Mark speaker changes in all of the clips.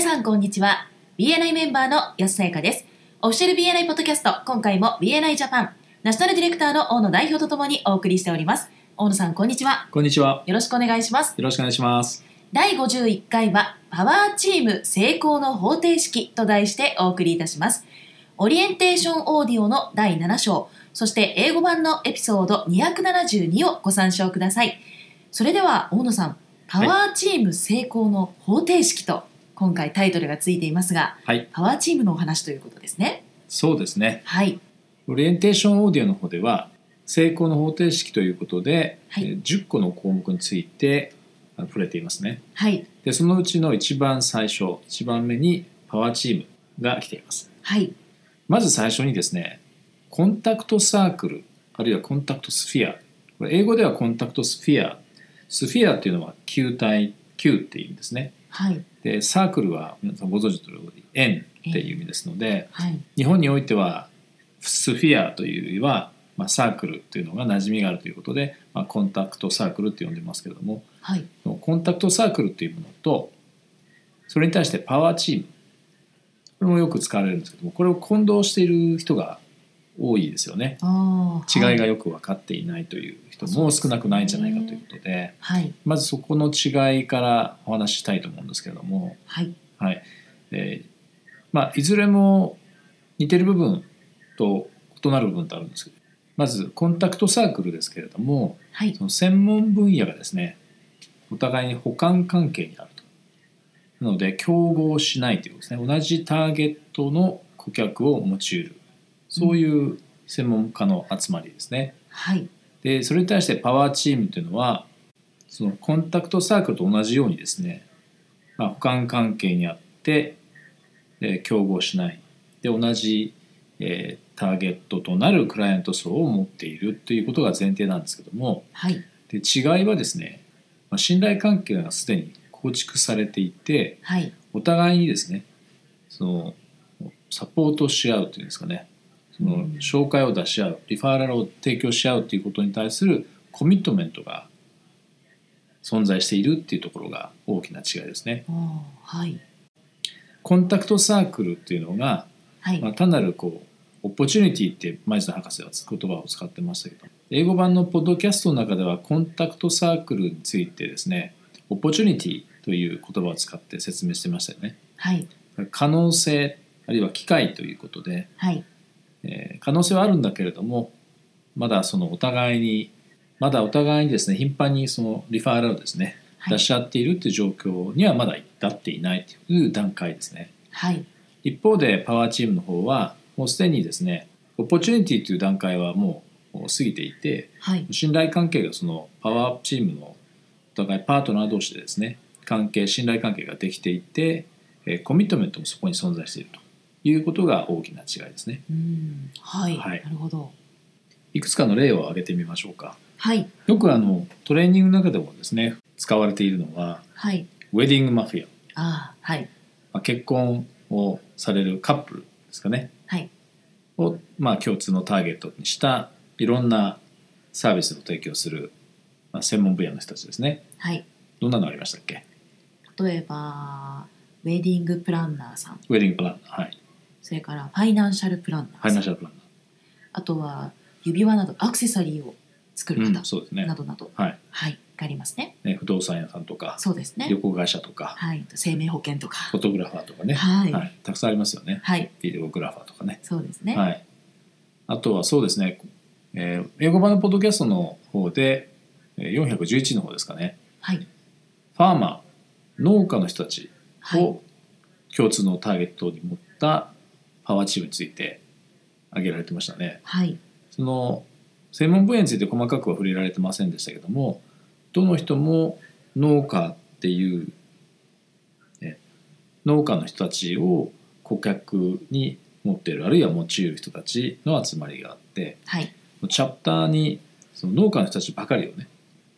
Speaker 1: さんこんにちは BNI メンバーの安さやかですオフィシャル BNI ポッドキャスト今回も BNI ジャパンナショナルディレクターの大野代表とともにお送りしております大野さんこんにちは
Speaker 2: こんにちは。
Speaker 1: よろしくお願いします
Speaker 2: よろしくお願いします。
Speaker 1: 第51回はパワーチーム成功の方程式と題してお送りいたしますオリエンテーションオーディオの第7章そして英語版のエピソード272をご参照くださいそれでは大野さんパワーチーム成功の方程式と今回タイトルがついていますが
Speaker 2: はい、
Speaker 1: パワーチームのお話ということですね
Speaker 2: そうですね。
Speaker 1: はい
Speaker 2: オリエンテーションオーディオの方では、成功の方程式ということで、
Speaker 1: はい
Speaker 2: えー10個の項目についてあ触れていますね。
Speaker 1: はい
Speaker 2: で、そのうちの一番最初、一番目にパワーチームが来ています。
Speaker 1: はい
Speaker 2: まず最初にですね、コンタクトサークル、あるいはコンタクトスフィア。これ英語ではコンタクトスフィア。スフィアっていうのは球体、球っていう意味ですね。
Speaker 1: はい
Speaker 2: で、サークルは皆さんご存知の通り、円っていう意味ですので、
Speaker 1: はい
Speaker 2: 日本においてはスフィアというよりは、まあ、サークルというのが馴染みがあるということで、まあ、コンタクトサークルって呼んでますけれども
Speaker 1: はい
Speaker 2: コンタクトサークルというものとそれに対してパワーチームこれもよく使われるんですけどもこれを混同している人が多いですよね
Speaker 1: あ
Speaker 2: 違
Speaker 1: ー
Speaker 2: いがよく分かっていないという人も少なくないんじゃないかということで
Speaker 1: はい
Speaker 2: まずそこの違いからお話ししたいと思うんですけれども。
Speaker 1: はい
Speaker 2: はいえーまあ、いずれも似てる部分と異なる部分とあるんですけどまずコンタクトサークルですけれども
Speaker 1: はい
Speaker 2: その専門分野がですねお互いに補完関係にあるとなので競合しないということですね同じターゲットの顧客を持ち得るそういう専門家の集まりですね、
Speaker 1: はい
Speaker 2: でそれに対してパワーチームというのはそのコンタクトサークルと同じようにですね、まあ、補完関係にあって、えー競合しないで同じ、えーターゲットとなるクライアント層を持っているということが前提なんですけども
Speaker 1: はい
Speaker 2: で違いはですね、まあ、信頼関係がすでに構築されていて
Speaker 1: はい
Speaker 2: お互いにですねそのサポートし合うというんですかねその
Speaker 1: うん
Speaker 2: 紹介を出し合うリファーラルを提供し合うということに対するコミットメントが存在しているっていうところが大きな違いですね。
Speaker 1: あーはい
Speaker 2: コンタクトサークルっていうのが、
Speaker 1: はい
Speaker 2: まあ、単なるこうオポチュニティって前田博士は言葉を使ってましたけど英語版のポッドキャストの中ではコンタクトサークルについてですねオポチュニティという言葉を使って説明してましたよね。
Speaker 1: はい
Speaker 2: 可能性あるいは機会ということで、
Speaker 1: はい
Speaker 2: えー可能性はあるんだけれどもまだそのお互いにまだお互いにですね頻繁にそのリファーラルをですね
Speaker 1: はい
Speaker 2: 出し合っているという状況にはまだ至っていないという段階ですね
Speaker 1: はい
Speaker 2: 一方でパワーチームの方はもうすでにですねオポチュニティという段階はもう過ぎていて
Speaker 1: はい
Speaker 2: 信頼関係がそのパワーチームのお互いパートナー同士でですね関係信頼関係ができていてえーコミットメントもそこに存在しているということが大きな違いですね
Speaker 1: うんはい、
Speaker 2: はい
Speaker 1: なるほど
Speaker 2: いくつかの例を挙げてみましょうか
Speaker 1: はい
Speaker 2: よくあのトレーニングの中でもですね使われているのは
Speaker 1: はい
Speaker 2: ウェディングマフィア、
Speaker 1: ああはい
Speaker 2: まあ、結婚をされるカップルですかね
Speaker 1: はい
Speaker 2: を、まあ、共通のターゲットにしたいろんなサービスを提供する、まあ、専門分野の人たちですね
Speaker 1: はい
Speaker 2: どんなのありましたっけ
Speaker 1: 例えばウェディングプランナーさん
Speaker 2: ウェディングプランナーはい
Speaker 1: それからファイナンシャルプランナ
Speaker 2: フ
Speaker 1: ー
Speaker 2: ァ
Speaker 1: さ
Speaker 2: イナン
Speaker 1: ん
Speaker 2: シャルプラン
Speaker 1: あとは指輪などアクセサリーを作
Speaker 2: ナ
Speaker 1: る
Speaker 2: ー、う
Speaker 1: 方
Speaker 2: ん、そうです
Speaker 1: な
Speaker 2: ね
Speaker 1: どなど、
Speaker 2: はい、
Speaker 1: はいがありますね
Speaker 2: ね不動産屋さんとか、
Speaker 1: そうですね
Speaker 2: 旅行会社とか
Speaker 1: はい生命保険とか
Speaker 2: フォトグラファーとかね、
Speaker 1: はい
Speaker 2: はい、たくさんありますよね
Speaker 1: はい
Speaker 2: ビデオグラファーとかね
Speaker 1: そうですね
Speaker 2: はい、あとはそうですね、えー英語版のポッドキャストの方でえー411の方ですかね
Speaker 1: はい
Speaker 2: ファーマー農家の人たち
Speaker 1: はい
Speaker 2: を共通のターゲットに持ったパワーチームについて挙げられてましたね
Speaker 1: はい
Speaker 2: その専門分野について細かくは触れられてませんでしたけどもどの人も農家っていう、ね、農家の人たちを顧客に持っているあるいは持ち得る人たちの集まりがあって
Speaker 1: はい
Speaker 2: チャプターにその農家の人たちばかりをね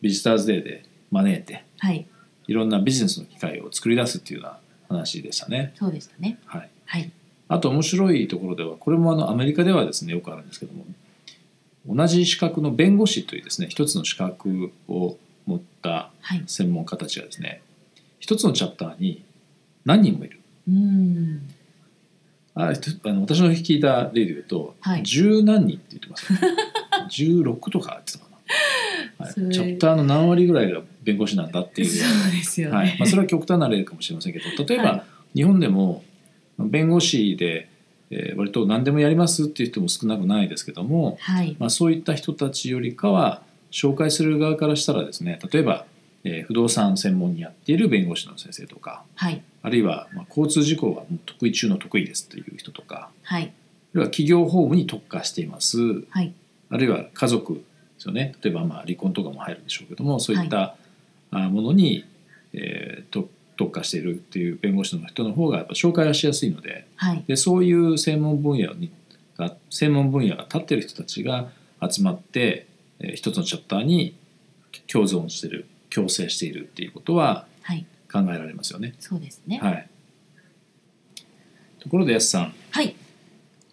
Speaker 2: ビジターズデーで招いて
Speaker 1: はい
Speaker 2: いろんなビジネスの機会を作り出すっていうような話でしたね。
Speaker 1: そうでしたね
Speaker 2: はい
Speaker 1: はい
Speaker 2: あと面白いところではこれもあのアメリカではですねよくあるんですけども同じ資格の弁護士というですね一つの資格を持った
Speaker 1: はい
Speaker 2: 専門家たちがですね一つのチャプターに何人もいる
Speaker 1: ううん
Speaker 2: あひとあの私の聞いた例で言うと、
Speaker 1: はい
Speaker 2: 十何人って言ってます、ね、16とかって言ってたかな、はい
Speaker 1: それ
Speaker 2: チャプターの何割ぐらいが弁護士なんだって
Speaker 1: そう
Speaker 2: いう、
Speaker 1: ですよね、
Speaker 2: はいまあ、それは極端な例かもしれませんけど例えば、
Speaker 1: は
Speaker 2: 日本でも弁護士で、えー割と何でもやりますっていう人も少なくないですけども、
Speaker 1: はい
Speaker 2: まあ、そういった人たちよりかは紹介する側からしたらですね例えば、えー不動産専門にやっている弁護士の先生とか
Speaker 1: はい
Speaker 2: あるいは、まあ、交通事故がもう得意中の得意ですという人とか
Speaker 1: はい
Speaker 2: あるいは企業法務に特化しています
Speaker 1: はい
Speaker 2: あるいは家族ですよね例えばまあ離婚とかも入るんでしょうけどもそういったあものに、えーと特化しているっていう弁護士の人の方がやっぱ紹介はしやすいので
Speaker 1: はい
Speaker 2: でそういう専門分野にが専門分野が立ってる人たちが集まって、えー一つのチャプターに共存してる共生しているっていうことは
Speaker 1: はい
Speaker 2: 考えられますよね。
Speaker 1: そうですね
Speaker 2: はい、ところでやすさん
Speaker 1: はい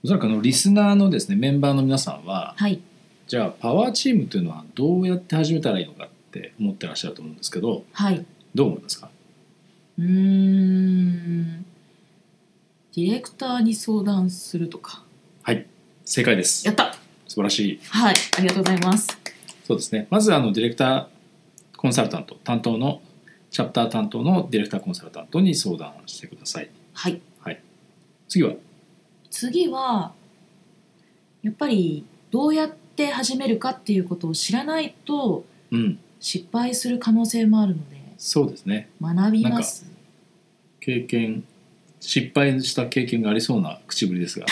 Speaker 2: おそらくあのリスナーのですねメンバーの皆さんは
Speaker 1: はい
Speaker 2: じゃあパワーチームというのはどうやって始めたらいいのかって思ってらっしゃると思うんですけど
Speaker 1: はい
Speaker 2: どう思いますか
Speaker 1: うーんディレクターに相談するとか
Speaker 2: はい正解です
Speaker 1: やった
Speaker 2: 素晴らしい
Speaker 1: はいありがとうございます
Speaker 2: そうですねまずあのディレクターコンサルタント担当のチャプター担当のディレクターコンサルタントに相談してください
Speaker 1: はい
Speaker 2: 次は
Speaker 1: 次はやっぱりどうやって始めるかっていうことを知らないと
Speaker 2: うん
Speaker 1: 失敗する可能性もあるので
Speaker 2: そうですね
Speaker 1: 学びます
Speaker 2: 経験失敗した経験がありそうな口ぶ りですが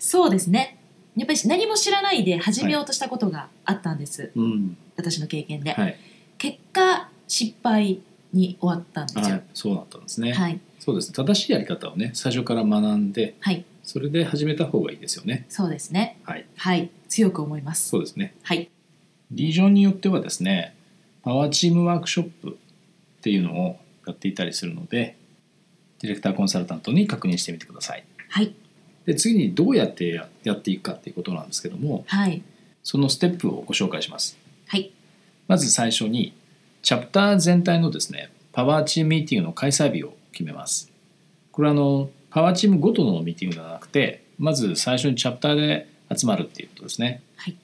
Speaker 1: そうですねやっぱり何も知らないで始めようとしたことがあったんです、
Speaker 2: うん
Speaker 1: 私の経験で、
Speaker 2: はい
Speaker 1: 結果失敗に終わったんですよ
Speaker 2: はいそうだったんですね、
Speaker 1: はい、
Speaker 2: そうですね正しいやり方をね最初から学んで
Speaker 1: はい
Speaker 2: それで始めた方がいいですよね
Speaker 1: そうですね
Speaker 2: はい、
Speaker 1: はい、強く思います
Speaker 2: そうですね
Speaker 1: はい
Speaker 2: リージョンによってはですねパワーチームワークショップっていうのをやっていたりするのでディレクターコンサルタントに確認してみてください
Speaker 1: はい
Speaker 2: で次にどうやってややっていくかっていうことなんですけども
Speaker 1: はい
Speaker 2: そのステップをご紹介します
Speaker 1: はい
Speaker 2: まず最初にチャプター全体のですねパワーチームミーティングの開催日を決めますこれはあのパワーチームごとのミーティングではなくてまず最初にチャプターで集まるっていうことですね
Speaker 1: はい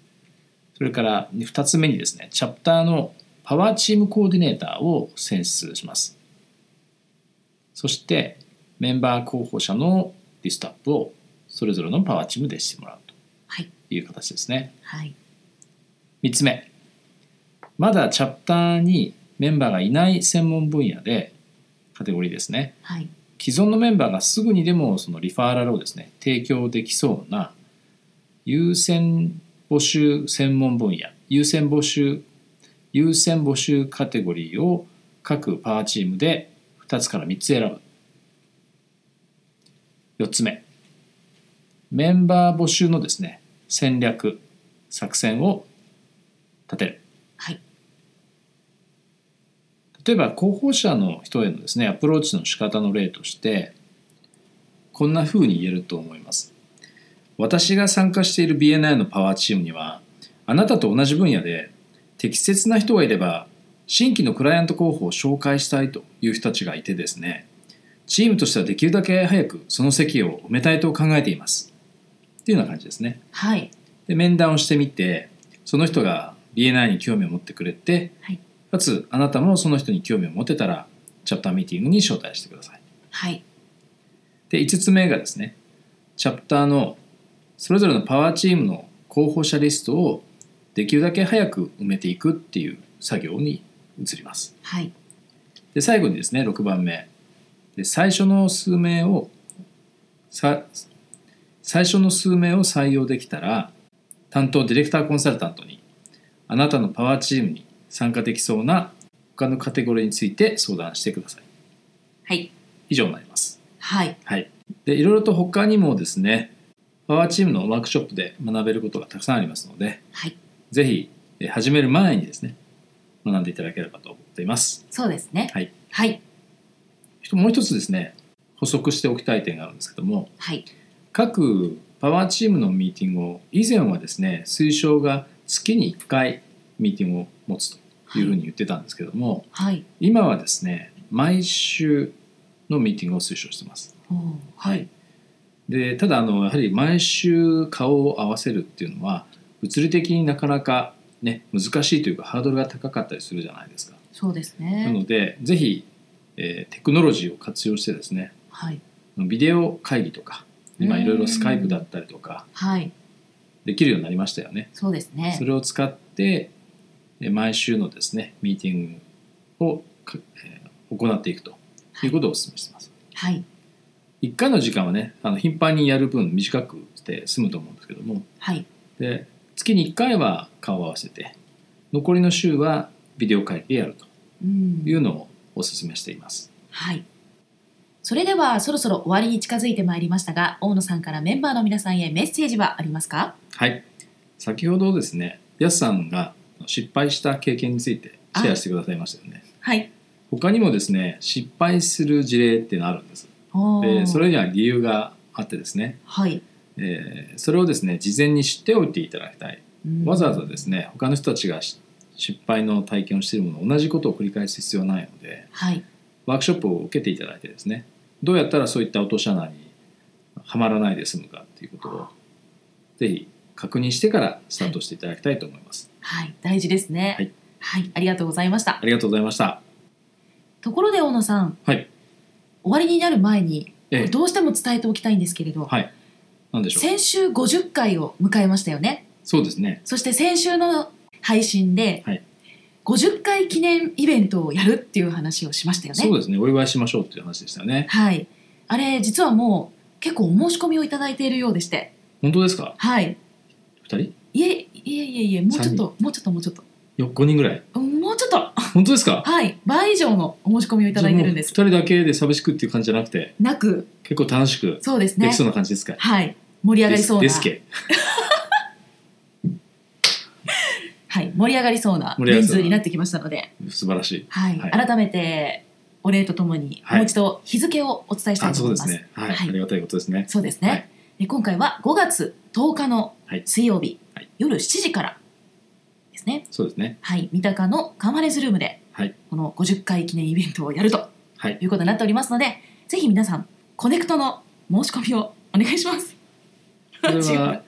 Speaker 2: それから2つ目にですねチャプターのパワーチームコーディネーターを選出しますそしてメンバー候補者のリストアップをそれぞれのパワーチームでしてもらう
Speaker 1: はい
Speaker 2: という形ですね
Speaker 1: はい
Speaker 2: 3つ目まだチャプターにメンバーがいない専門分野でカテゴリーですね
Speaker 1: はい
Speaker 2: 既存のメンバーがすぐにでもそのリファーラルをですね提供できそうな優先募集専門分野優先募集優先募集カテゴリーを各パワーチームで2つから3つ選ぶ4つ目メンバー募集のですね戦略作戦を立てる
Speaker 1: はい
Speaker 2: 例えば候補者の人へのですねアプローチの仕方の例としてこんな風に言えると思います私が参加している BNI のパワーチームにはあなたと同じ分野で適切な人がいれば新規のクライアント候補を紹介したいという人たちがいてですねチームとしてはできるだけ早くその席を埋めたいと考えていますっていうような感じですね
Speaker 1: はい
Speaker 2: で面談をしてみてその人が BNI に興味を持ってくれて、
Speaker 1: はい
Speaker 2: かつあなたもその人に興味を持てたらチャプターミーティングに招待してください
Speaker 1: はい
Speaker 2: で5つ目がですねチャプターのそれぞれのパワーチームの候補者リストをできるだけ早く埋めていくっていう作業に移ります
Speaker 1: はい
Speaker 2: で最後にですね6番目で最初の数名をさ最初の数名を採用できたら担当ディレクターコンサルタントにあなたのパワーチームに参加できそうな他のカテゴリーについて相談してください
Speaker 1: はい
Speaker 2: 以上になります
Speaker 1: はい
Speaker 2: はいでいろいろと他にもですねパワーチームのワークショップで学べることがたくさんありますので
Speaker 1: はい
Speaker 2: ぜひえ始める前にですね学んでいただければと思っています
Speaker 1: そうですね
Speaker 2: はい
Speaker 1: はい
Speaker 2: もう一つですね補足しておきたい点があるんですけども
Speaker 1: はい
Speaker 2: 各パワーチームのミーティングを以前はですね推奨が月に1回ミーティングを持つというふうに言ってたんですけども、
Speaker 1: はい
Speaker 2: 今はですね毎週のミーティングを推奨してます。
Speaker 1: おー
Speaker 2: はい、でただあのやはり毎週顔を合わせるっていうのは物理的になかなか、ね、難しいというかハードルが高かったりするじゃないですか。
Speaker 1: そうです
Speaker 2: な
Speaker 1: ね。
Speaker 2: のでぜひ、えーテクノロジーを活用してですね
Speaker 1: はい。
Speaker 2: ビデオ会議とか今
Speaker 1: うん
Speaker 2: いろいろスカイプだったりとか
Speaker 1: はい。
Speaker 2: できるようになりましたよね。
Speaker 1: そうですね
Speaker 2: そ。れを使ってえー毎週のですねミーティングをか、えー行っていくということをお勧めしてます。
Speaker 1: はい。
Speaker 2: 1回の時間はねあの頻繁にやる分短くして済むと思うんですけども
Speaker 1: はい。
Speaker 2: で月に1回は顔を合わせて残りの週はビデオ会議でやると
Speaker 1: うん
Speaker 2: いうのをお勧めしています。
Speaker 1: はい。それではそろそろ終わりに近づいてまいりましたが、大野さんからメンバーの皆さんへメッセージはありますか？
Speaker 2: はい先ほどですねやすさんが失敗した経験についてシェアしてくださいましたよね。
Speaker 1: はい。
Speaker 2: 他にもですね失敗する事例っていうのあるんです。
Speaker 1: おー
Speaker 2: でそれには理由があってですね、
Speaker 1: はい。
Speaker 2: えーそれをですね事前に知っておいていただきたい
Speaker 1: うん
Speaker 2: わざわざですね他の人たちがし失敗の体験をしているもの同じことを繰り返す必要はないので
Speaker 1: はい。
Speaker 2: ワークショップを受けていただいてですねどうやったらそういった落とし穴にはまらないで済むかっていうことをぜひ確認してからスタートしていただきたいと思います。
Speaker 1: はい。大事ですね。
Speaker 2: はい。
Speaker 1: はい。ありがとうございました
Speaker 2: あ。りがとうございました。
Speaker 1: ところで大野さん、
Speaker 2: はい。
Speaker 1: 終わりになる前に
Speaker 2: ええ
Speaker 1: どうしても伝えておきたいんですけれど、
Speaker 2: はい。なんでしょう。
Speaker 1: 先週50回を迎えましたよね。
Speaker 2: そうですね。
Speaker 1: そして先週の配信で
Speaker 2: はい
Speaker 1: 50回記念イベントをやるっていう話をしましたよね。
Speaker 2: そうですね。お祝いしましょうっていう話でしたよね。
Speaker 1: はい。あれ、実はもう結構お申し込みをいただいているようでして。
Speaker 2: 本当ですか
Speaker 1: はい。
Speaker 2: 二人
Speaker 1: いえ、いえいえいえ、もうちょっと、もうちょっと、もうちょっと。
Speaker 2: よ五人ぐらい
Speaker 1: うんもうちょっと。
Speaker 2: 本当ですか
Speaker 1: はい。倍以上のお申し込みをいただいてるんです。
Speaker 2: じゃあもう二人だけで寂しくっていう感じじゃなくて
Speaker 1: なく、
Speaker 2: 結構楽しく
Speaker 1: そうです
Speaker 2: で
Speaker 1: ね
Speaker 2: き。そうな感じですか、
Speaker 1: はい。盛り上が
Speaker 2: で
Speaker 1: り
Speaker 2: す
Speaker 1: そうな。
Speaker 2: ですけ
Speaker 1: はい。盛り上がりそうな
Speaker 2: 盛り上が
Speaker 1: 人
Speaker 2: りそう
Speaker 1: 数
Speaker 2: な
Speaker 1: になってきましたので、
Speaker 2: 素晴らしい
Speaker 1: はい。
Speaker 2: はい
Speaker 1: 改めて、お礼とともに、
Speaker 2: はい
Speaker 1: もう一度日付をお伝えしたい
Speaker 2: あ
Speaker 1: と
Speaker 2: そう
Speaker 1: 思い
Speaker 2: で
Speaker 1: ます
Speaker 2: す。ねはい、
Speaker 1: はい
Speaker 2: ありがたいことですね
Speaker 1: そうですね、
Speaker 2: はい
Speaker 1: で今回は5月10日の
Speaker 2: はい
Speaker 1: 水曜日、
Speaker 2: はい
Speaker 1: 夜7時からですね。
Speaker 2: そうですね
Speaker 1: はい、三鷹のカンファレンスルームで、
Speaker 2: はい
Speaker 1: この50回記念イベントをやると
Speaker 2: はい
Speaker 1: いうことになっておりますので、ぜひ皆さん、コネクトの申し込みをお願いします。
Speaker 2: これ
Speaker 1: 違
Speaker 2: は
Speaker 1: う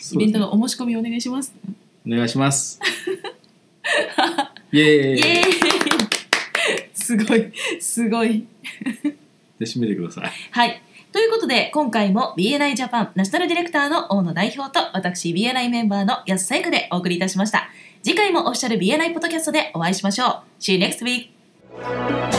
Speaker 2: そ
Speaker 1: イ
Speaker 2: う
Speaker 1: ベン
Speaker 2: です
Speaker 1: ト
Speaker 2: ね
Speaker 1: のお申し込みをお願いします。
Speaker 2: お願いします イエーイ
Speaker 1: イエーイ すごい、すごい。
Speaker 2: で締めてください
Speaker 1: はい。ということで、今回も BNI ジャパンナショナルディレクターの大野代表と私 BNI メンバーの安さゆかでお送りいたしました。次回もオフィシャル BNI ポッドキャストでお会いしましょう。See you next week!